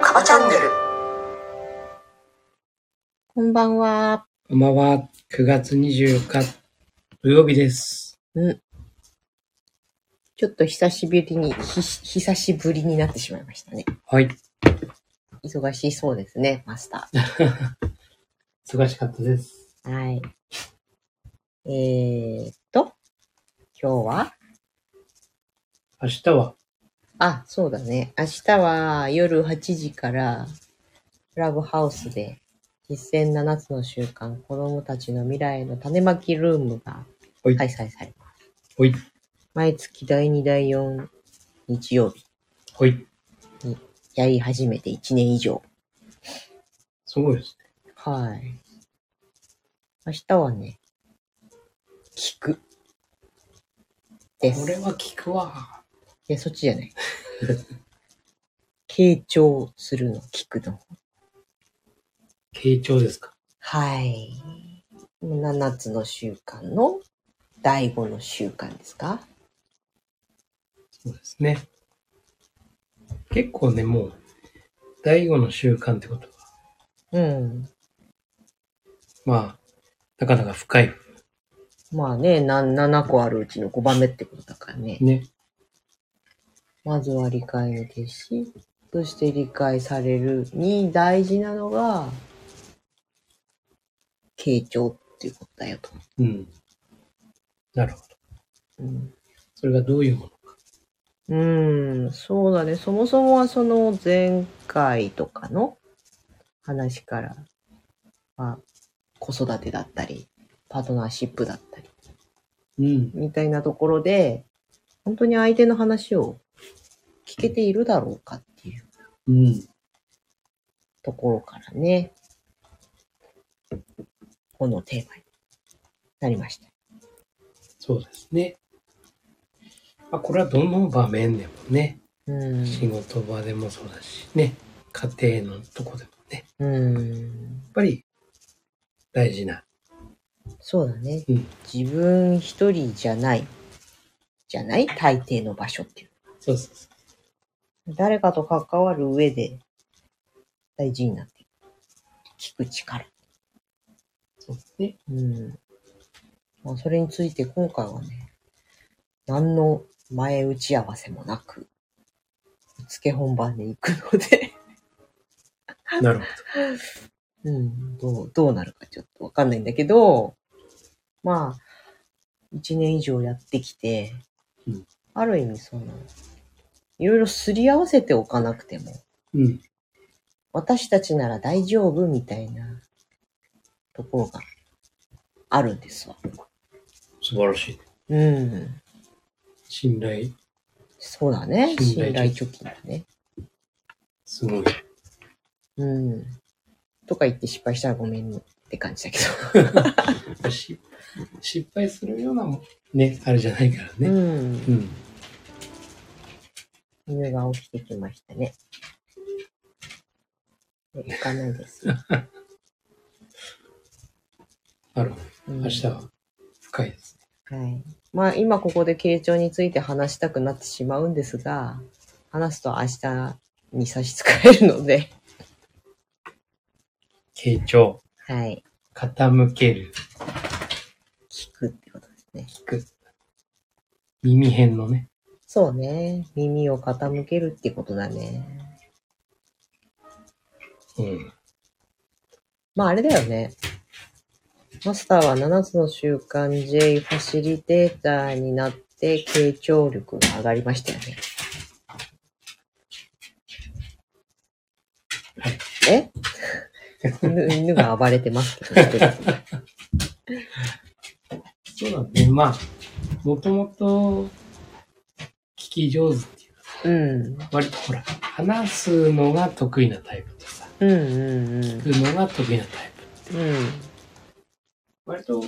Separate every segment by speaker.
Speaker 1: カバチャンネル
Speaker 2: こんばんは。
Speaker 3: こんばんは。9月24日、土曜日です。
Speaker 2: ちょっと久しぶりに、ひ、久しぶりになってしまいましたね。
Speaker 3: はい。
Speaker 2: 忙しそうですね、マスタ
Speaker 3: 忙しかったです。
Speaker 2: ー。はい。えーっと、今日は
Speaker 3: 明日は、
Speaker 2: あ、そうだね。明日は夜8時から、クラブハウスで、実践7つの習慣、子供たちの未来の種まきルームが
Speaker 3: はい
Speaker 2: 開催されます。
Speaker 3: ほい、
Speaker 2: 毎月第2、第4日曜日、
Speaker 3: ほい。
Speaker 2: やり始めて1年以上。
Speaker 3: すごいですね。
Speaker 2: はい。明日はね、聞く。で
Speaker 3: これ
Speaker 2: す。
Speaker 3: は聞くわ。
Speaker 2: いや、そっちじゃない。 傾聴するの、聞くの。
Speaker 3: 傾聴ですか。
Speaker 2: はい。7つの習慣の第5の習慣ですか
Speaker 3: そうですね。結構ね、もう、第五の習慣ってことは、
Speaker 2: うん。
Speaker 3: まあ、なかなか深い。
Speaker 2: まあね、な7個あるうちの5番目ってことだからね。
Speaker 3: ね。
Speaker 2: まずは理解に徹し、そして理解されるに大事なのが、傾聴っていうことだよと。
Speaker 3: うん。なるほど。
Speaker 2: うん
Speaker 3: それがどういうものか。
Speaker 2: うーん、そうだね。そもそもはその前回とかの話から、まあ、子育てだったり、パートナーシップだったり、
Speaker 3: うん。
Speaker 2: みたいなところで、本当に相手の話を聞けているだろうかっていう
Speaker 3: うん。
Speaker 2: ところからね、このテーマになりました。
Speaker 3: そうですね。まあ、これはどの場面でもね、
Speaker 2: うん。
Speaker 3: 仕事場でもそうだし、ね、家庭のとこでもね、
Speaker 2: うん。
Speaker 3: やっぱり大事な。
Speaker 2: そうだね。
Speaker 3: うん
Speaker 2: 自分一人じゃない、じゃない大抵の場所っていう。
Speaker 3: そうそうそ
Speaker 2: 誰かと関わる上で大事になっていく。聞く力。
Speaker 3: う。そうですね。
Speaker 2: うん。まあ、それについて今回はね、何の前打ち合わせもなく、ぶっつけ本番に行くので、
Speaker 3: なるほ
Speaker 2: うん、どう、どうなるかちょっとわかんないんだけど、まあ、一年以上やってきて、
Speaker 3: うん
Speaker 2: ある意味その、いろいろすり合わせておかなくても、
Speaker 3: ど。うん。
Speaker 2: 私たちなら大丈夫みたいなところがあるんですわ。
Speaker 3: 素晴らしい。
Speaker 2: うん。
Speaker 3: 信頼、
Speaker 2: そうだね。信
Speaker 3: 信
Speaker 2: 頼
Speaker 3: 頼
Speaker 2: 貯金だね。
Speaker 3: すごい。
Speaker 2: うん。とか言って失敗したらごめんねって感じだけ
Speaker 3: 失失敗するようなもんね、あれじゃないから
Speaker 2: ど。
Speaker 3: ね。
Speaker 2: うん。
Speaker 3: うん。
Speaker 2: 犬が起きてきましたね。で行かない です。
Speaker 3: なるほど。
Speaker 2: うん
Speaker 3: 明日は深いですね。
Speaker 2: はい。まあ今ここで傾聴について話したくなってしまうんですが、話すと明日に差し支えるので、
Speaker 3: 傾聴、
Speaker 2: はい。
Speaker 3: 傾ける、
Speaker 2: 聞くってことですね。
Speaker 3: 聞く。耳辺のね。
Speaker 2: そうね。耳を傾けるってことだね。
Speaker 3: うん。
Speaker 2: まああれだよね。マスターは7つの習慣 J ファシリテーターになって傾聴力が上がりましたよね。え犬犬が暴れてますけど一人。
Speaker 3: そうだね。まあ、もともと、聞き上手っていうか、
Speaker 2: うん。
Speaker 3: 割とほら、話すのが得意なタイプとさ、
Speaker 2: うんうんうん。
Speaker 3: 聞くのが得意なタイプ。
Speaker 2: う
Speaker 3: 割と、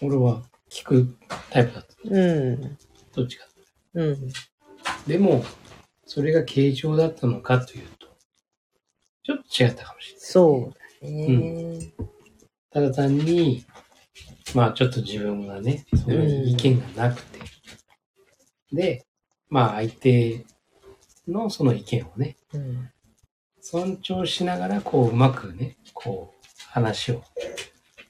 Speaker 3: 俺は聞くタイプだった。
Speaker 2: ん。うん。
Speaker 3: どっちか。
Speaker 2: うん。
Speaker 3: でも、それが形状だったのかというと、ちょっと違ったかもしれない。
Speaker 2: そうね。
Speaker 3: ただ単に、まあちょっと自分がね、それに意見がなくて、で、まあ相手のその意見をね、
Speaker 2: うん。
Speaker 3: 尊重しながら、こううまくね、こう話を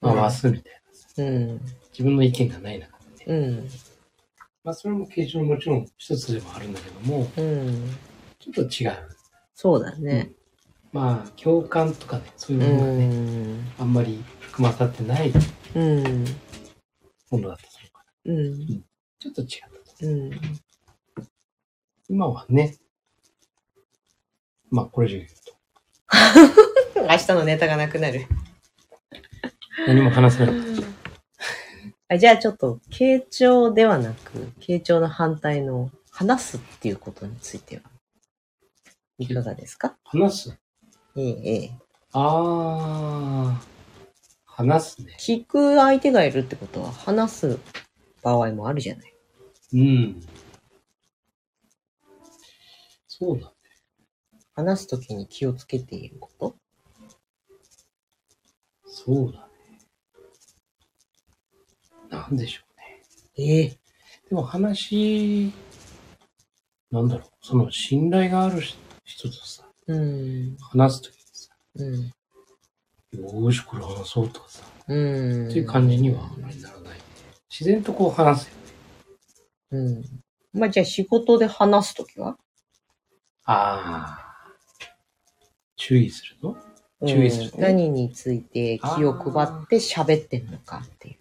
Speaker 3: 回すみたいな。
Speaker 2: うん。
Speaker 3: 自分の意見がない中でね。
Speaker 2: うん。
Speaker 3: まあそれも形状のもちろん一つでもあるんだけども、
Speaker 2: うん。
Speaker 3: ちょっと違う。
Speaker 2: そうだね。
Speaker 3: まあ共感とかね、そういううものがね、
Speaker 2: ん。
Speaker 3: あんまり含まさってない
Speaker 2: うん。
Speaker 3: ものだったとするから、
Speaker 2: うん。
Speaker 3: ちょっと違ったと。
Speaker 2: うん。
Speaker 3: 今はね、まあこれ以上言うと、
Speaker 2: 明日のネタがなくなる。
Speaker 3: 何も話せない。
Speaker 2: あじゃあちょっと、傾聴ではなく、傾聴の反対の話すっていうことについては、いかがですか
Speaker 3: 話す
Speaker 2: ええ、ええ。
Speaker 3: ああ、話すね。
Speaker 2: 聞く相手がいるってことは、話す場合もあるじゃない。
Speaker 3: うん。そうだ。
Speaker 2: 話すときに気をつけていること
Speaker 3: そうだね。なんでしょうね。
Speaker 2: ええ。
Speaker 3: でも話、なんだろう。その信頼がある人人とさ、
Speaker 2: うん。
Speaker 3: 話すときにさ、
Speaker 2: うん。
Speaker 3: よーし、これ話そうとかさ、
Speaker 2: うん。
Speaker 3: っていう感じにはあまりならない。自然とこう話すよ。
Speaker 2: うん。まあ、じゃあ仕事で話すときは
Speaker 3: ああ。注意するの注意する
Speaker 2: うん何について気を配って喋ってんのかっていう。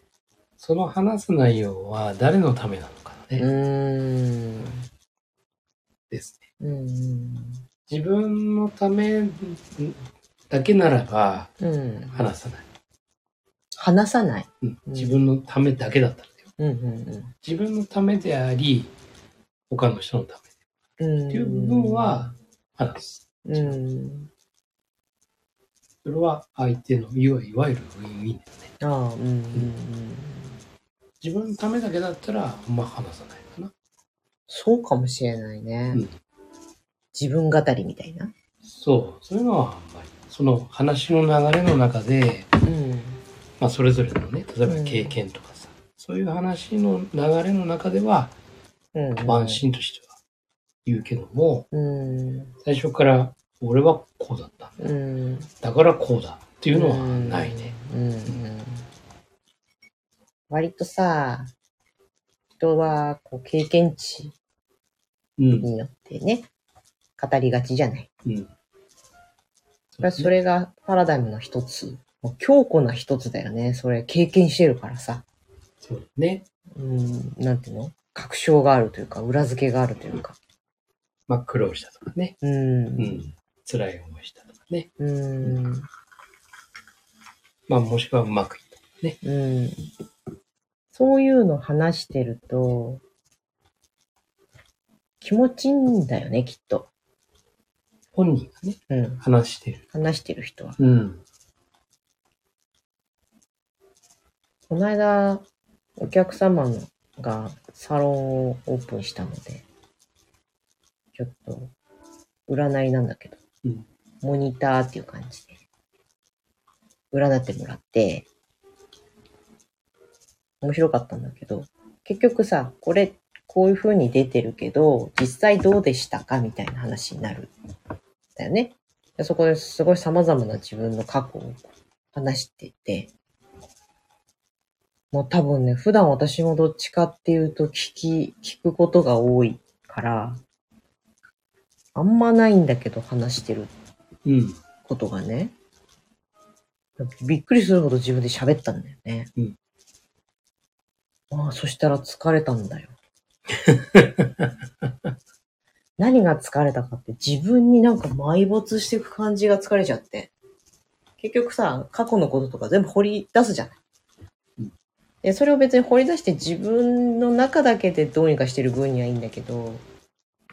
Speaker 3: その話す内容は誰のためなのかね。
Speaker 2: うーん。
Speaker 3: ですね。
Speaker 2: うん。
Speaker 3: 自分のためだけならば
Speaker 2: うん。
Speaker 3: 話さない。
Speaker 2: 話さない。
Speaker 3: うん
Speaker 2: うん
Speaker 3: 自分のためだけだったらだよ。
Speaker 2: うんうん
Speaker 3: 自分のためであり、他の人のた
Speaker 2: うん。
Speaker 3: めっていう部分は話す。
Speaker 2: うん。
Speaker 3: それは相手のいわいわゆるウィンウィンだね。
Speaker 2: ああ、うんうんうん。
Speaker 3: 自分のためだけだったら、あんま話さないかな。
Speaker 2: そうかもしれないね。
Speaker 3: うん
Speaker 2: 自分語りみたいな。
Speaker 3: そう、そういうのはあんまり。その話の流れの中で、
Speaker 2: うん。
Speaker 3: まあ、それぞれのね、例え
Speaker 2: う
Speaker 3: ば
Speaker 2: ん
Speaker 3: 経験とかさ、そういう話の流れの中では、
Speaker 2: うん、うん。
Speaker 3: 安心としては言うけども、
Speaker 2: うん。
Speaker 3: 最初から俺はこうだった。
Speaker 2: うん。
Speaker 3: だからこうだっていうのはないね。
Speaker 2: うんうん割とさ、人はこう経験値
Speaker 3: うん。
Speaker 2: によってね、語りがちじゃない。
Speaker 3: うん。
Speaker 2: それはそれがパラダイムの一つ。もう強固な一つだよね。それ経験してるからさ。
Speaker 3: そうだね。
Speaker 2: うん、なんていうの確証があるというか、裏付けがあるというか。
Speaker 3: まあ苦労したとかね。
Speaker 2: う。
Speaker 3: うんん。辛い思いしたとかね。
Speaker 2: うん。
Speaker 3: まあもしくはうまくいった。
Speaker 2: うん。そういうの話してると、気持ちいいんだよね、きっと。
Speaker 3: 本人がね、
Speaker 2: うん。
Speaker 3: 話してる。
Speaker 2: 話してる人は。
Speaker 3: うん。
Speaker 2: この間、お客様がサロンをオープンしたので、ちょっと、占いなんだけど、
Speaker 3: うん
Speaker 2: モニターっていう感じで、占ってもらって、面白かったんだけど、結局さ、これ、こういう風に出てるけど、実際どうでしたかみたいな話になる。だよね。でそこですごい様々な自分の過去を話してて、もう多分ね、普段私もどっちかっていうと聞き、聞くことが多いから、あんまないんだけど話してる
Speaker 3: うん。
Speaker 2: ことがね。びっくりするほど自分で喋ったんだよね。
Speaker 3: うん
Speaker 2: ああ、そしたら疲れたんだよ。 何が疲れたかって自分になんか埋没していく感じが疲れちゃって。結局さ、過去のこととか全部掘り出すじゃない
Speaker 3: うん。
Speaker 2: でそれを別に掘り出して自分の中だけでどうにかしてる分にはいいんだけど、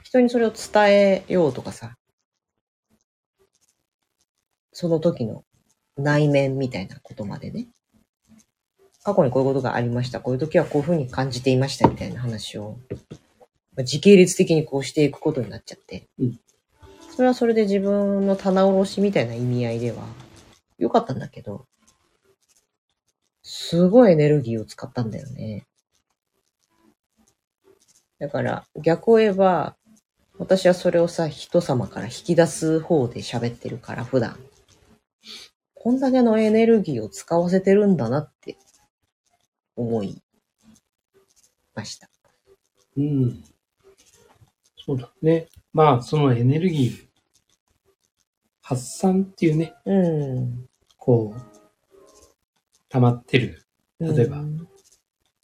Speaker 2: 人にそれを伝えようとかさ、その時の内面みたいなことまでね。過去にこういうことがありました。こういう時はこういうふうに感じていましたみたいな話を、まあ時系列的にこうしていくことになっちゃって。
Speaker 3: うん
Speaker 2: それはそれで自分の棚卸しみたいな意味合いでは、良かったんだけど、すごいエネルギーを使ったんだよね。だから、逆を言えば、私はそれをさ、人様から引き出す方で喋ってるから、普段。こんだけのエネルギーを使わせてるんだなって思いました。
Speaker 3: うん。そうだね。まあ、そのエネルギー、発散っていうね、
Speaker 2: うん。
Speaker 3: こう、溜まってる例えば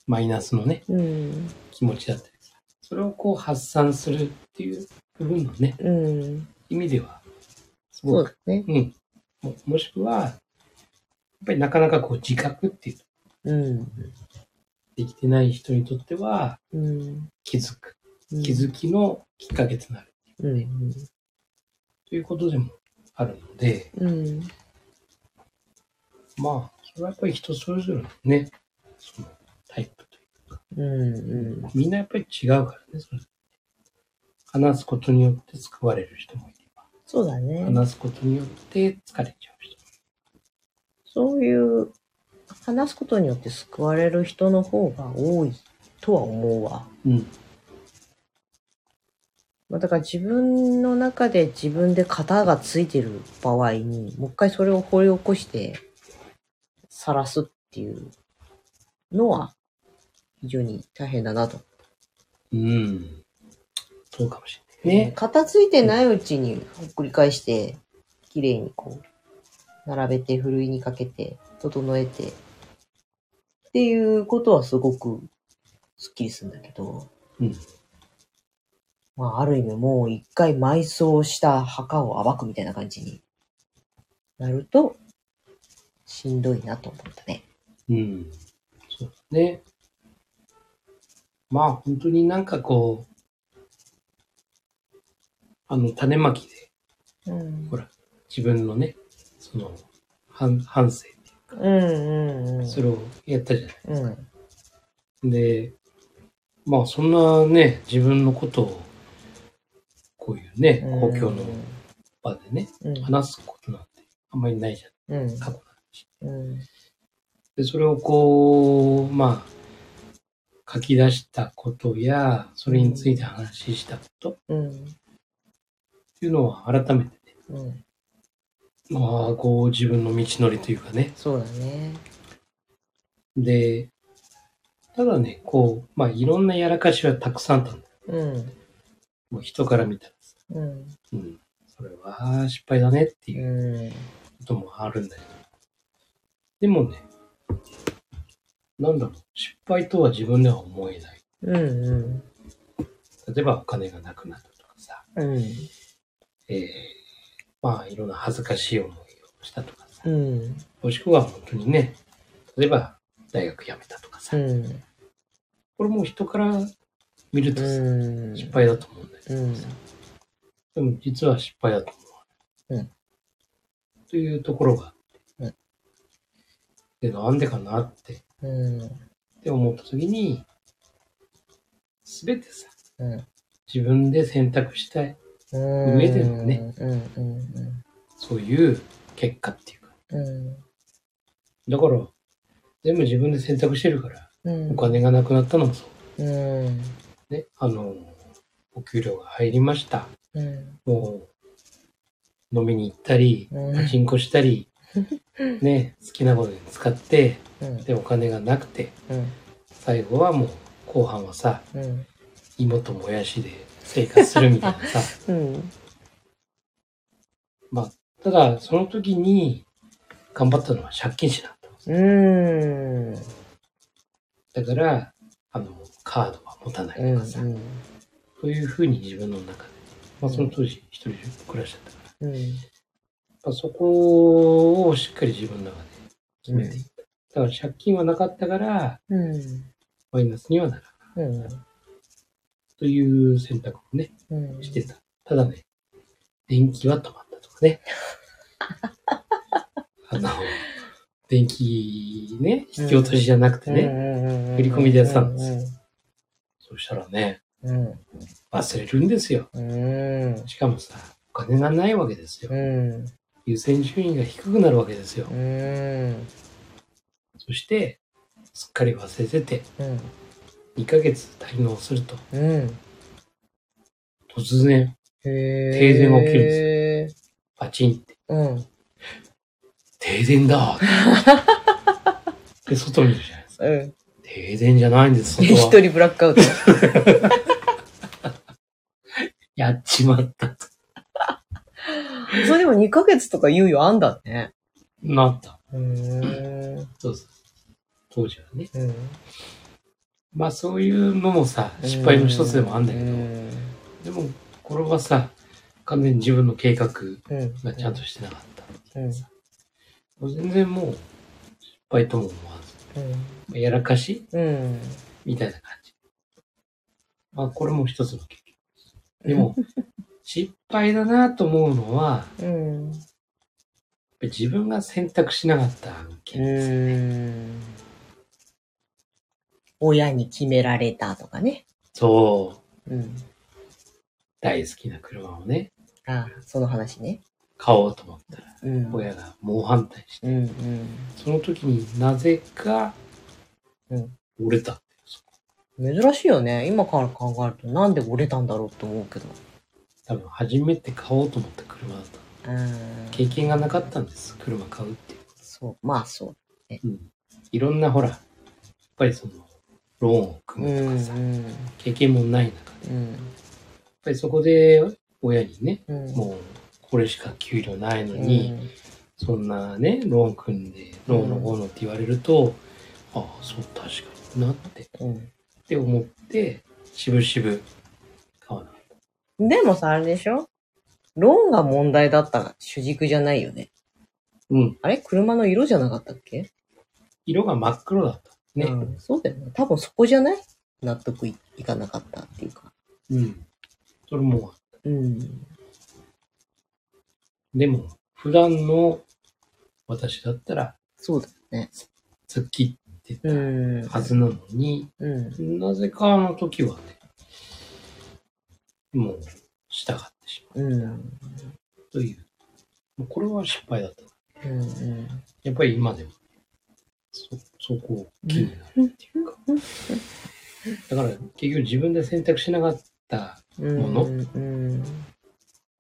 Speaker 3: マイナスのね、
Speaker 2: うん。
Speaker 3: 気持ちだったりさそれをこう発散するっていう部分のね、
Speaker 2: うん。
Speaker 3: 意味では、す
Speaker 2: そ
Speaker 3: ご
Speaker 2: う
Speaker 3: く、
Speaker 2: だね。
Speaker 3: うん。ももしくは、やっぱりなかなかこう自覚っていうのが
Speaker 2: うん。
Speaker 3: できてない人にとっては、
Speaker 2: うん。
Speaker 3: 気づく。
Speaker 2: うん
Speaker 3: 気づきのきっかけとなる。
Speaker 2: うん。
Speaker 3: ということでもあるので、
Speaker 2: うん。
Speaker 3: まあ、それはやっぱり人それぞれのね、そのタイプというか、
Speaker 2: うん。うん
Speaker 3: みんなやっぱり違うからね、それ話すことによって救われる人もいれば、
Speaker 2: そうだね。
Speaker 3: 話すことによって疲れちゃう人も
Speaker 2: そういう、話すことによって救われる人の方が多いとは思うわ。
Speaker 3: いる。
Speaker 2: まあ、だから自分の中で自分で型がついてる場合に、もう一回それを掘り起こして、晒すっていうのは、非常に大変だなと。
Speaker 3: うん。うん。そうかもしれないね。
Speaker 2: 片付いてないうちにほっくり返して、綺麗にこう、並べて、ふるいにかけて、整えて、っていうことはすごくスッキリするんだけど、
Speaker 3: うん。
Speaker 2: まあ、ある意味もう一回埋葬した墓を暴くみたいな感じになると、しんどいなと思ったね。
Speaker 3: うん。そうだね。まあ、本当になんかこう、あの、種まきで
Speaker 2: うん
Speaker 3: ほら自分のね、その、反反省、
Speaker 2: うんうんうん。
Speaker 3: それをやったじゃない。
Speaker 2: うん。
Speaker 3: で、まあそんなね、自分のことを、こういうね、公共の場でね、
Speaker 2: うん
Speaker 3: 話すことなんてあんまりないじゃん、
Speaker 2: うん
Speaker 3: 過去なんて
Speaker 2: うん
Speaker 3: で、それをこう、まあ、書き出したことや、それについて話したことっ
Speaker 2: うん
Speaker 3: ていうのは改めてね、
Speaker 2: うん。
Speaker 3: まあ、こう自分の道のりというかね、
Speaker 2: そうだね。
Speaker 3: で、ただね、こう、まあいろんなやらかしはたくさんあったんだよ
Speaker 2: うん
Speaker 3: もう人から見たらさ、
Speaker 2: うん
Speaker 3: うん、それは失敗だねっていう
Speaker 2: うん。
Speaker 3: こともあるんだけど。でもね、なんだろう、失敗とは自分では思えない。
Speaker 2: うん
Speaker 3: 例えばお金がなくなったとかさ、
Speaker 2: うん。うん。
Speaker 3: えー、まあいろんな恥ずかしい思いをしたとかさ、
Speaker 2: うん。
Speaker 3: もしくは本当にね、例えば大学辞めたとか
Speaker 2: う
Speaker 3: さ、
Speaker 2: ん。
Speaker 3: これも人から見るとさ、
Speaker 2: うん。
Speaker 3: 失敗だと思うんだけど、
Speaker 2: うん。
Speaker 3: でも実は失敗だと思う。
Speaker 2: うん
Speaker 3: というところがあ
Speaker 2: う
Speaker 3: って、で、なんでかなって
Speaker 2: うん。
Speaker 3: って思った時に、すべてさ、
Speaker 2: うん。
Speaker 3: 自分で選択したい、
Speaker 2: うん。
Speaker 3: 上でのね。
Speaker 2: うんうん
Speaker 3: そういう結果っていうか。
Speaker 2: うん。
Speaker 3: だから、全部自分で選択してるから、
Speaker 2: うん。
Speaker 3: お金がなくなったのもそ
Speaker 2: うん。
Speaker 3: う。ね、あの、お給料が入りました。
Speaker 2: うん。
Speaker 3: もう、飲みに行ったり、
Speaker 2: うん
Speaker 3: パチンコし たり、ね、好きなことに使って、
Speaker 2: うん。
Speaker 3: で、お金がなくて、
Speaker 2: うん。
Speaker 3: 最後はもう、後半はさ、
Speaker 2: うん。
Speaker 3: 芋ともやしで生活するみたい なさ。
Speaker 2: うん。
Speaker 3: まあ、ただ、その時に頑張ったのは借金しなかったんです
Speaker 2: うん。
Speaker 3: だから、あの、カードは持たないとかさ、そういうふうに自分の中で、まあ、その当時一人で暮らしちゃったから、
Speaker 2: うん。
Speaker 3: まあ、そこをしっかり自分の中で決めていった。だから借金はなかったから、
Speaker 2: うん。
Speaker 3: マイナスにはならない
Speaker 2: うん。
Speaker 3: という選択をね、
Speaker 2: うん。
Speaker 3: してた。ただね、電気は止まったとかね。あの、電気ね、引き落としじゃなくてね、
Speaker 2: ね
Speaker 3: 振り込みでやってたんですよそしたらね、
Speaker 2: うん。
Speaker 3: 忘れるんですよ。
Speaker 2: うん。
Speaker 3: しかもさ、お金がないわけですよ。
Speaker 2: うん。
Speaker 3: 優先順位が低くなるわけですよ
Speaker 2: う。ん。
Speaker 3: そして、すっかり忘れてて、
Speaker 2: うん。
Speaker 3: 2ヶ月滞納すると、
Speaker 2: うん。
Speaker 3: 突然、
Speaker 2: 停
Speaker 3: 電が起きるん
Speaker 2: で
Speaker 3: パチンって、
Speaker 2: すうん。
Speaker 3: 停電だで、外見るじゃないですか。
Speaker 2: うん。
Speaker 3: 停電じゃないんです、外
Speaker 2: 一
Speaker 3: は。
Speaker 2: 人ブラックアウト。
Speaker 3: やっちまったと。
Speaker 2: それでも2ヶ月とか猶予あんだね。
Speaker 3: なった。
Speaker 2: うーん。
Speaker 3: そうそう。当時はね。
Speaker 2: うん。
Speaker 3: まあそういうのもさ、失敗の一つでもあんだけ
Speaker 2: う
Speaker 3: ど、
Speaker 2: ん
Speaker 3: でも、これはさ、完全に自分の計画
Speaker 2: うん。
Speaker 3: がちゃんとしてなかった。
Speaker 2: うん。
Speaker 3: もう全然もう、失敗とも思わず
Speaker 2: うん。
Speaker 3: まあ、やらかし
Speaker 2: うん。
Speaker 3: みたいな感じ。まあ、これも一つの経験です。でも、失敗だなと思うのは、
Speaker 2: うん。
Speaker 3: やっぱり自分が選択しなかった案件ですよね。
Speaker 2: うん。親に決められたとかね。
Speaker 3: そう。
Speaker 2: うん。
Speaker 3: 大好きな車をね、
Speaker 2: ああ、その話ね。
Speaker 3: 買おうと思ったら、
Speaker 2: うん。うん。
Speaker 3: 親が猛反対して、
Speaker 2: うん。
Speaker 3: その時になぜか
Speaker 2: うん、
Speaker 3: 折れた。
Speaker 2: 珍しいよね。今から考えると、なんで折れたんだろうと思うけど。
Speaker 3: 多分、初めて買おうと思った車だった。
Speaker 2: うん。
Speaker 3: 経験がなかったんです、車買うっていう。
Speaker 2: そう。まあ、そ
Speaker 3: うんいろんなほら、やっぱりその、ローンを
Speaker 2: う。
Speaker 3: 組
Speaker 2: う
Speaker 3: むとか
Speaker 2: ん。
Speaker 3: さ、
Speaker 2: うん。
Speaker 3: 経験もない中で、やっ
Speaker 2: うん。
Speaker 3: ぱりそこで親にね、
Speaker 2: うん。
Speaker 3: もうこれしか給料ないの
Speaker 2: う
Speaker 3: に、
Speaker 2: ん、
Speaker 3: そんなね、ローン組んで、ローンの方のって言われると、ああ、そう、確かになって、っ
Speaker 2: うん。
Speaker 3: て思って、しぶしぶ買わなかっ
Speaker 2: でもさ、あれでしょローンが問題だったが主軸じゃないよね。
Speaker 3: た。うん。
Speaker 2: あれ車の色じゃなかったっけ
Speaker 3: 色が真っ黒だった。ね。
Speaker 2: うんそうだよね。多分そこじゃない納得いいかなかったっていうか。
Speaker 3: うん。それも、
Speaker 2: うん。
Speaker 3: でも、普段の私だったら、
Speaker 2: そうだよね。
Speaker 3: 突っ切ってた
Speaker 2: うん。
Speaker 3: はずなのに、
Speaker 2: うん。
Speaker 3: なぜかあの時はね、もう、従ってしま
Speaker 2: うん。
Speaker 3: うという。もうこれは失敗だった。
Speaker 2: うん。うん。
Speaker 3: やっぱり今でも、そ、そこを気になるっていうか。だから、結局自分で選択しなかった、
Speaker 2: うん。
Speaker 3: もの
Speaker 2: うん。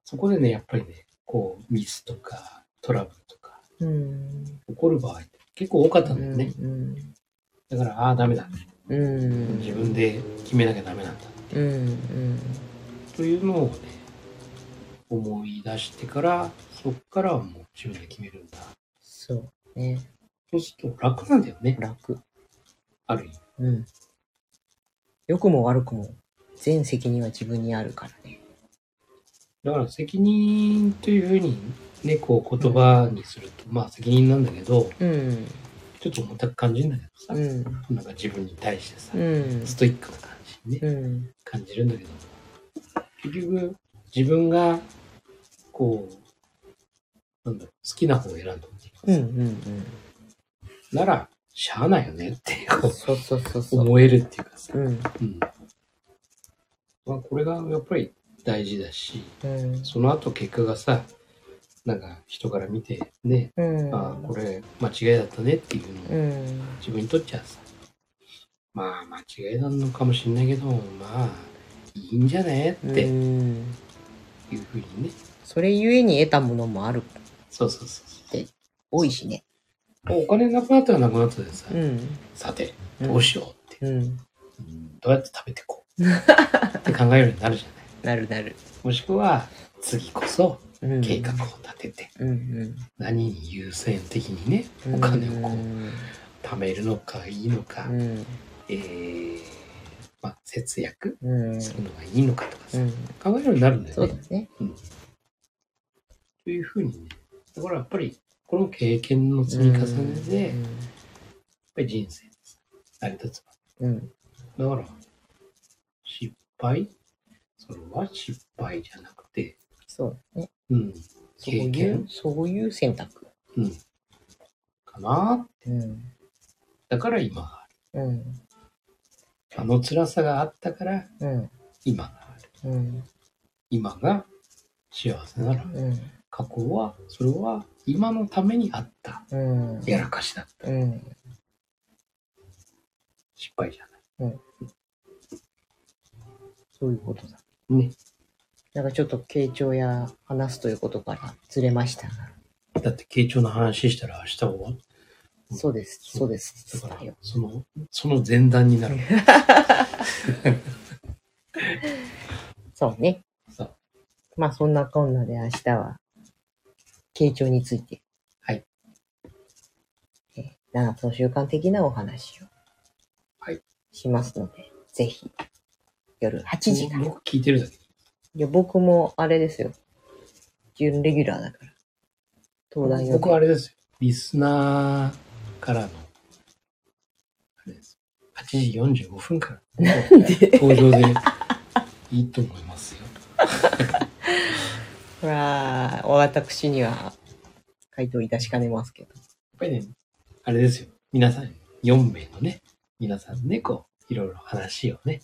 Speaker 3: そこでね、やっぱりね、こう、ミスとか、トラブルとか、
Speaker 2: うん。
Speaker 3: 起こる場合って結構多かったんだよね。
Speaker 2: うん。
Speaker 3: だから、ああ、ダメだ。
Speaker 2: うん。
Speaker 3: 自分で決めなきゃダメなんだ。
Speaker 2: うん。うん。
Speaker 3: というのをね、思い出してから、そっからはもう自分で決めるんだ。
Speaker 2: そうね。
Speaker 3: そうすると楽なんだよね、
Speaker 2: 楽。
Speaker 3: ある意味。
Speaker 2: うん。良くも悪くも、全責任は自分にあるからね。
Speaker 3: だから責任というふうにね、こう言葉にすると、まあ責任なんだけど、
Speaker 2: うん。
Speaker 3: ちょっと重たく感じるんだけどさ、
Speaker 2: うん。
Speaker 3: なんか自分に対してさ、
Speaker 2: うん。
Speaker 3: ストイックな感じにね、
Speaker 2: うん。
Speaker 3: 感じるんだけど、結局自分が、こう、なんだろう、好きな方を選んだっていうかさ、
Speaker 2: うん。うん。
Speaker 3: なら、しゃあないよねっていう
Speaker 2: そうそうそうそう。
Speaker 3: 思えるっていうかさ、
Speaker 2: うん。
Speaker 3: うんまあ、これがやっぱり大事だし
Speaker 2: うん。
Speaker 3: その後結果がさなんか人から見てね、
Speaker 2: うん。
Speaker 3: ああこれ間違いだったねっていう
Speaker 2: う
Speaker 3: のを
Speaker 2: ん。
Speaker 3: 自分にとっちゃさまあ間違いなのかもしれないけどまあいいんじゃねっていう
Speaker 2: うん。
Speaker 3: ふうにね、
Speaker 2: それゆえに得たものもある。
Speaker 3: そうそうそうそ
Speaker 2: 多いしね。
Speaker 3: うもうお金なくなったらなくなったでさ、
Speaker 2: うん。
Speaker 3: さてどうしようって、
Speaker 2: うん。
Speaker 3: うんどうやって食べてこ うって考えるようになるじゃな
Speaker 2: な
Speaker 3: い
Speaker 2: るなる。
Speaker 3: もしくは次こそ
Speaker 2: うん。
Speaker 3: 計画を立てて、
Speaker 2: うん。
Speaker 3: 何に優先的にね
Speaker 2: うん。
Speaker 3: お金をこ
Speaker 2: う。
Speaker 3: うん貯めるのかいいのか、
Speaker 2: うん。
Speaker 3: えーまあ、節約
Speaker 2: うん。
Speaker 3: するのがいいのかとかさ、
Speaker 2: うん。
Speaker 3: 考えるようになるんだ
Speaker 2: そ
Speaker 3: よ
Speaker 2: う
Speaker 3: ね
Speaker 2: だ。ね。
Speaker 3: というふうにねだからやっぱりこの経験の積み重ねで、やっぱり人生です成り立つ
Speaker 2: うん。うん。
Speaker 3: だから失敗それは失敗じゃなくて、
Speaker 2: そうだね。
Speaker 3: うん、
Speaker 2: そうい
Speaker 3: 経
Speaker 2: う
Speaker 3: 験、
Speaker 2: そういう選択。
Speaker 3: うん、かな
Speaker 2: うん。
Speaker 3: だから今がある
Speaker 2: うん。
Speaker 3: あの辛さがあったから
Speaker 2: うん。
Speaker 3: 今がある
Speaker 2: うん。
Speaker 3: 今が幸せなら
Speaker 2: うん。
Speaker 3: 過去は、それは今のためにあった
Speaker 2: うん。
Speaker 3: やらかしだった。
Speaker 2: うん。
Speaker 3: 失敗じゃない。
Speaker 2: うん
Speaker 3: そういうことだ。ね。
Speaker 2: なんかちょっと傾聴や話すということからずれましたが。
Speaker 3: だって、慶長の話したら明日終わる。うん
Speaker 2: そうです、そうです。
Speaker 3: だから
Speaker 2: 伝えよ、
Speaker 3: その、その前段にな る。
Speaker 2: うそうね。
Speaker 3: そう
Speaker 2: まあそんなこんなで明日は、傾聴について。
Speaker 3: はい。
Speaker 2: えー、7つの習慣的なお話を。
Speaker 3: はい。
Speaker 2: しますので、ぜひ、夜8時から。
Speaker 3: 僕聞いてるだけ。
Speaker 2: いや、僕もあれですよ。準レギュラーだから。登壇予定。
Speaker 3: 僕はあれですよ。リスナーからの、あれです。8時45分からの 登場でいいと思いますよ。
Speaker 2: ほら、私には回答いたしかねますけど。
Speaker 3: やっぱりね、あれですよ。皆さん、4名のね、皆さんね、こう、いろいろ話をね、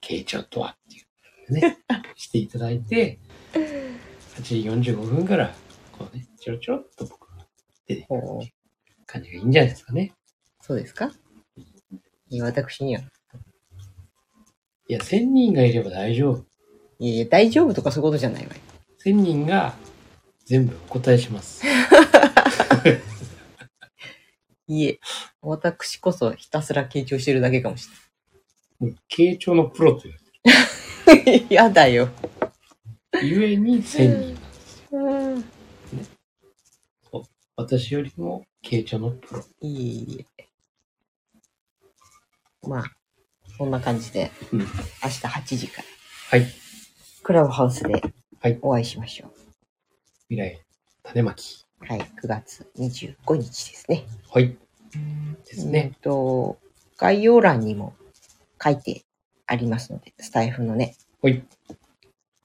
Speaker 3: 慶長とはっていうのでね、していただいて、8時45分から、こうね、ちょろちょろっと僕が出てくる
Speaker 2: ほう
Speaker 3: 感じがいいんじゃないですかね。
Speaker 2: そうですかいや、私には。
Speaker 3: いや、1000人がいれば大丈夫。
Speaker 2: いやいや、大丈夫とかそういうことじゃないわよ。
Speaker 3: 1000人が全部お答えします。
Speaker 2: いえ、私こそひたすら緊張してるだけかもし
Speaker 3: もう慶長のプロという、
Speaker 2: れない。 やだよ。
Speaker 3: ゆえに1000人なんですよ。
Speaker 2: うん。
Speaker 3: 私よりも慶長のプロ。
Speaker 2: いえいえ。まあ、こんな感じで、
Speaker 3: うん
Speaker 2: 明日8時から、
Speaker 3: はい。
Speaker 2: クラブハウスで
Speaker 3: はい
Speaker 2: お会いしましょう。
Speaker 3: 未来、種まき。
Speaker 2: はい、9月25日ですね。
Speaker 3: はい。です
Speaker 2: え
Speaker 3: ね。
Speaker 2: っと、概要欄にも書いてありますので、スタイフのね。
Speaker 3: はい。わ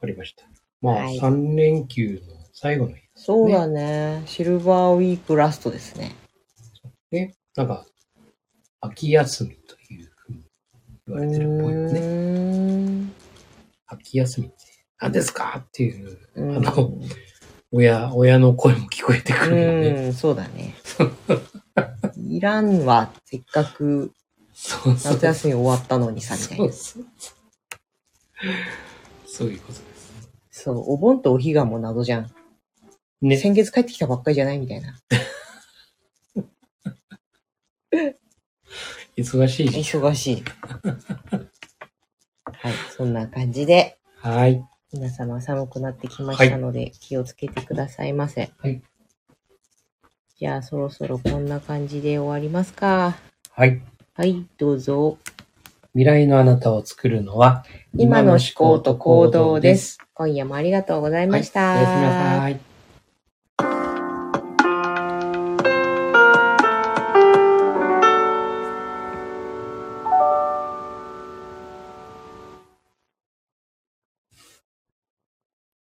Speaker 3: かりました。まあ、
Speaker 2: はい
Speaker 3: 3連休の最後の日です
Speaker 2: そうだねシルバーウィークラストですね。
Speaker 3: ね。なんか、秋休みというふうに言われてるっぽいよね。
Speaker 2: ね。
Speaker 3: 秋休みって何ですかっていう、
Speaker 2: あ
Speaker 3: あの親、親の声も聞こえてくるよね。
Speaker 2: うん、そうだ ね。いらんわ。せっかく
Speaker 3: そうそう。
Speaker 2: 夏休み終わったのにさ、みたい
Speaker 3: そう
Speaker 2: な。
Speaker 3: そう。そういうことです。
Speaker 2: そう、お盆とお彼岸も謎じゃん。
Speaker 3: ね。
Speaker 2: 先月帰ってきたばっかりじゃないみたいな。
Speaker 3: 忙しい時期。
Speaker 2: 忙しい。はい、そんな感じで。
Speaker 3: はい。
Speaker 2: 皆様寒くなってきましたので、気をつけてくださいませ。
Speaker 3: はい
Speaker 2: じゃあそろそろこんな感じで終わりますか。
Speaker 3: はい。
Speaker 2: はい、どうぞ。
Speaker 3: 未来のあなたを作るのは、。
Speaker 2: 今の思考と行動です今夜もありがとうござい
Speaker 3: は
Speaker 2: ま
Speaker 3: い
Speaker 2: した。
Speaker 3: おやすみなさい。